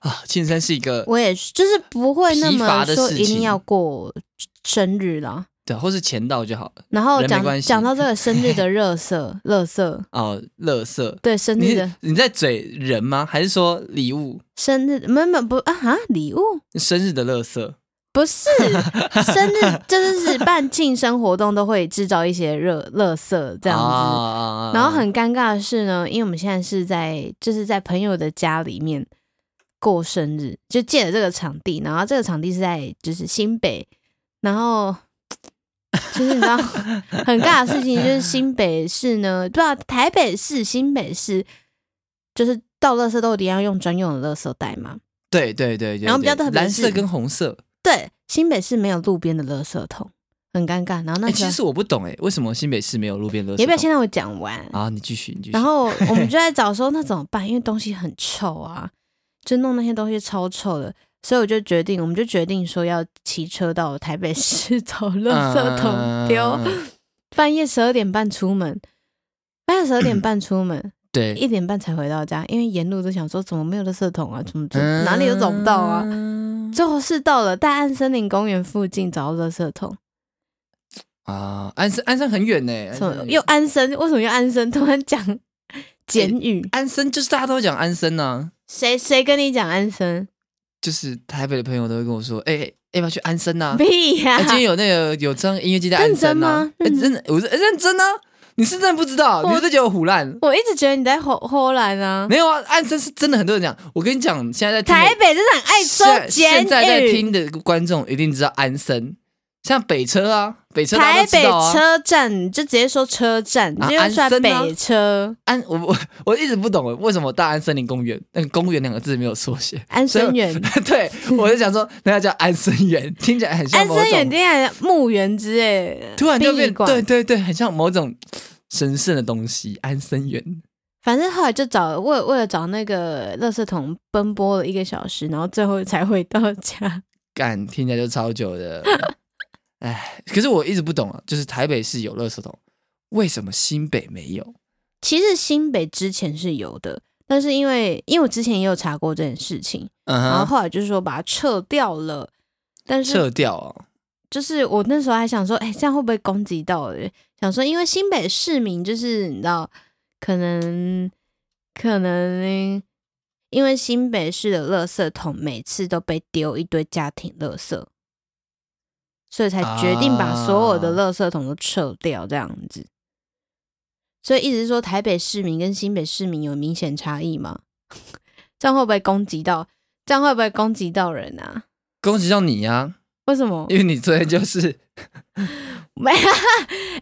S1: 啊，庆生是一个
S2: 嗯我也是，就是不会那
S1: 疲乏
S2: 么
S1: 的
S2: 说
S1: 事
S2: 一定
S1: 情
S2: 要过生日啦。
S1: 对，或是钱到就好了
S2: 然后
S1: 人没
S2: 讲
S1: 关系
S2: 讲到这个生
S1: *laughs*
S2: 日的垃圾，垃圾
S1: 哦，乐色。
S2: 对生
S1: 你
S2: 日
S1: 是
S2: 的
S1: 你在嘴人吗？还是说礼物？
S2: 生日，没有没有不啊啊礼物
S1: 生日的乐色？
S2: 不是生
S1: *laughs*
S2: 日，就是办庆生活动都会制造一些热垃圾这样子。
S1: 啊
S2: 然后很尴尬的是呢，因为我们现在是在就是在朋友的家里面过生日，就借了这个场地，然后这个场地是在就是新北，然后就是你知
S1: *laughs*
S2: 道很尬的事情就是新北市呢，对啊，台北市、新北市就是倒垃圾都一定要用专用的垃圾袋嘛，
S1: 对对对对，
S2: 然后比较
S1: 对
S2: 特别
S1: 蓝色
S2: 是
S1: 跟红色。
S2: 对，新北市没有路边的垃圾桶，很尴尬。然后那
S1: 哎，
S2: 时
S1: 其
S2: 候、
S1: 实我不懂哎，为什么新北市没有路边乐色？
S2: 你要不要先让我讲完？
S1: 啊？你继续，你继续。*laughs*
S2: 然后我们就在找说那怎么办，因为东西很臭啊，就弄那些东西超臭的，所以我就决定，我们就决定说要骑车到台北市 *laughs* 找垃圾桶丢，
S1: 嗯嗯嗯嗯嗯
S2: 半夜十二点半出门。半夜十二点半出门，
S1: 对，
S2: 一点半才回到家，因为沿路都想说怎么没有垃圾桶啊，怎么怎么哪里都找不到啊。
S1: 嗯
S2: 最后是到了大安森林公园附近找到垃圾桶，
S1: 啊，安生安生很远呢、安哎
S2: 什
S1: 生
S2: 么
S1: 很远
S2: 又安生？为什么又安生？突然讲 *laughs* 简语，
S1: 安生就是大家都会讲安生呢、
S2: 谁谁跟你讲安生？
S1: 就是台北的朋友都会跟我说，哎、哎要不要去安生
S2: *laughs*
S1: 啊？
S2: 屁呀、
S1: 哎今天有那个有张音乐季在安生啊，哎
S2: 认真吗
S1: 真的，我是哎认真啊，你是真的不知道，
S2: 我
S1: 你是不是觉得我胡乱？
S2: 我一直觉得你在吼吼兰啊，
S1: 没有啊，安生是真的很多人讲，我跟你讲，现在在听的
S2: 台北真的很爱收
S1: 现
S2: 简
S1: 现在在
S2: 语。
S1: 听的观众一定知道安生，像北车啊，北车大家
S2: 台
S1: 都知
S2: 北
S1: 道啊。
S2: 车站，你就直接说车站，你
S1: 啊
S2: 就用出来
S1: 安森啊
S2: 北车、
S1: 安，我我我一直不懂为什么大安森林公园那个公园两个字没有缩写，
S2: 安
S1: *laughs*
S2: 生园、
S1: 对，我就想说，那要叫安森园，听起来很像
S2: 安
S1: 某种，
S2: 生园，竟然墓园之类的。
S1: 突然就变，
S2: 殡仪馆
S1: 对对对，很像某种神圣的东西。安森园，
S2: 反正后来就找为为了找那个垃圾桶奔波了一个小时，然后最后才回到家。 *laughs*
S1: 干听起来就超久的。 *laughs* 哎，可是我一直不懂啊，就是台北市有垃圾桶，为什么新北没有？
S2: 其实新北之前是有的，但是因为因为我之前也有查过这件事情，然后
S1: 嗯哼，
S2: 后来就是说把它撤掉了，但是
S1: 撤掉哦。
S2: 就是我那时候还想说，哎、这样会不会攻击到人？想说，因为新北市民就是你知道，可能可能因为新北市的垃圾桶每次都被丢一堆家庭垃圾，所以才决定把所有的垃圾桶都撤掉这样子。所以一直说台北市民跟新北市民有明显差异吗？ *laughs* 这样会不会攻击到？这样会不会攻击到人啊？
S1: 恭喜到你呀、
S2: 为什么？
S1: 因为你昨天就是
S2: 没，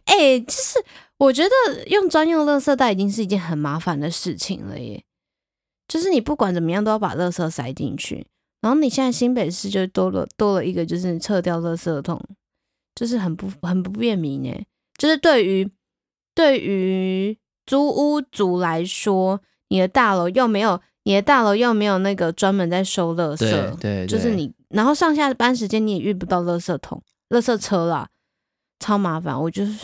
S2: 哎、就是我觉得用专用垃圾袋已经是一件很麻烦的事情了耶。就是你不管怎么样都要把垃圾塞进去，然后你现在新北市就多了多了一个，就是撤掉垃圾桶，就是很不很不便民哎。就是对于对于租屋族来说，你的大楼又没有你的大楼又没有那个专门在收垃圾，
S1: 对对，对
S2: *laughs* 就是你，然后上下班时间你也遇不到垃圾桶、垃圾车啦，超麻烦。我就是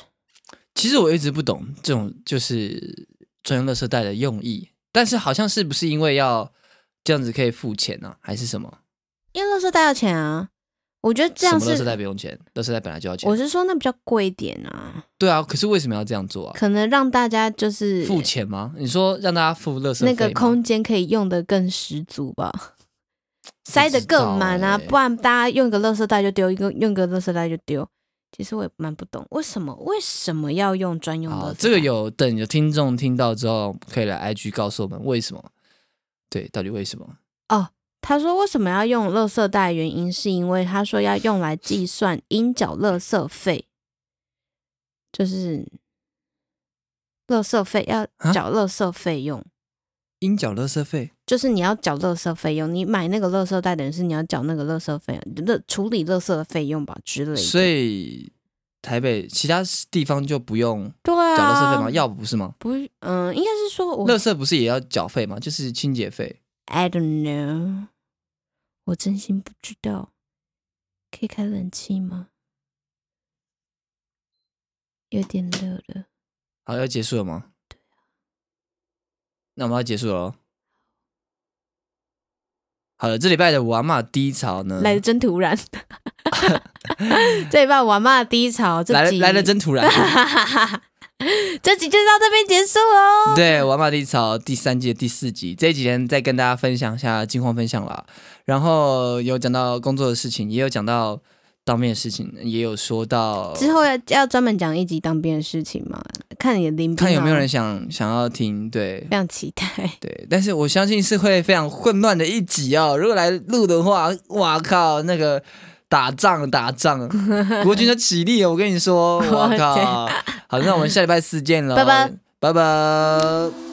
S1: 其实我一直不懂这种就是专用垃圾袋的用意，但是好像是不是因为要这样子可以付钱呢、啊，还是什么？
S2: 因为垃圾袋要钱啊，我觉得这样
S1: 什么垃圾袋
S2: 是，
S1: 不用钱，垃圾袋本来就要钱
S2: 我。是说那比较贵一点啊，
S1: 对啊，可是为什么要这样做啊？
S2: 可能让大家就是
S1: 付钱吗？你说让大家付垃圾费
S2: 那个
S1: 吗
S2: 空间可以用的更十足吧，塞得更满啊，
S1: 不知道欸
S2: 不然大家用一个垃圾袋就丢一个，用一个垃圾袋就丢。其实我也蛮不懂，为什么为什么要用专用垃圾
S1: 好，
S2: 袋？
S1: 这个有等有听众听到之后，可以来 IG 告诉我们为什么？对，到底为什么？
S2: 他说为什么要用垃圾袋？原因是因为他说要用来计算应缴垃圾费，就是垃圾费要
S1: 啊
S2: 缴垃圾费用。
S1: 应缴垃圾费，
S2: 就是你要缴垃圾费用，你买那个垃圾袋等于是你要缴那个垃圾费用，乐处理垃圾的费用吧之类的。
S1: 所以台北其他地方就不用
S2: 对啊，
S1: 缴垃圾费吗？要不是吗？
S2: 不是，嗯，应该是说我
S1: 垃圾不是也要缴费吗？就是清洁费。
S2: I don't know，我真心不知道。可以开冷气吗？有点热了。
S1: 好，要结束了吗？
S2: 啊
S1: 那我们要结束了哦。好了，这礼拜的我阿嬷低潮呢，
S2: 来的真突
S1: *laughs*
S2: 然，这一半我妈的低潮，这
S1: 来了
S2: 集
S1: 来的
S2: *laughs*
S1: 真突然。
S2: 这集就到这边结束喽。
S1: 对，《玩马地草》第三季的第四集，这几天再跟大家分享一下近况分享啦。然后有讲到工作的事情，也有讲到当面的事情，也有说到
S2: 之后要要专门讲一集当兵的事情吗？看你的临兵
S1: 看有没有
S2: 啊
S1: 人想想要听。对
S2: 非常期待。
S1: 对，但是我相信是会非常混乱的一集哦。如果来录的话，哇靠，那个打仗打 *laughs* 仗，国军就起立 *laughs* 了。我跟你说，哇靠！好，那我们下礼拜四见喽，
S2: 拜拜
S1: 拜拜。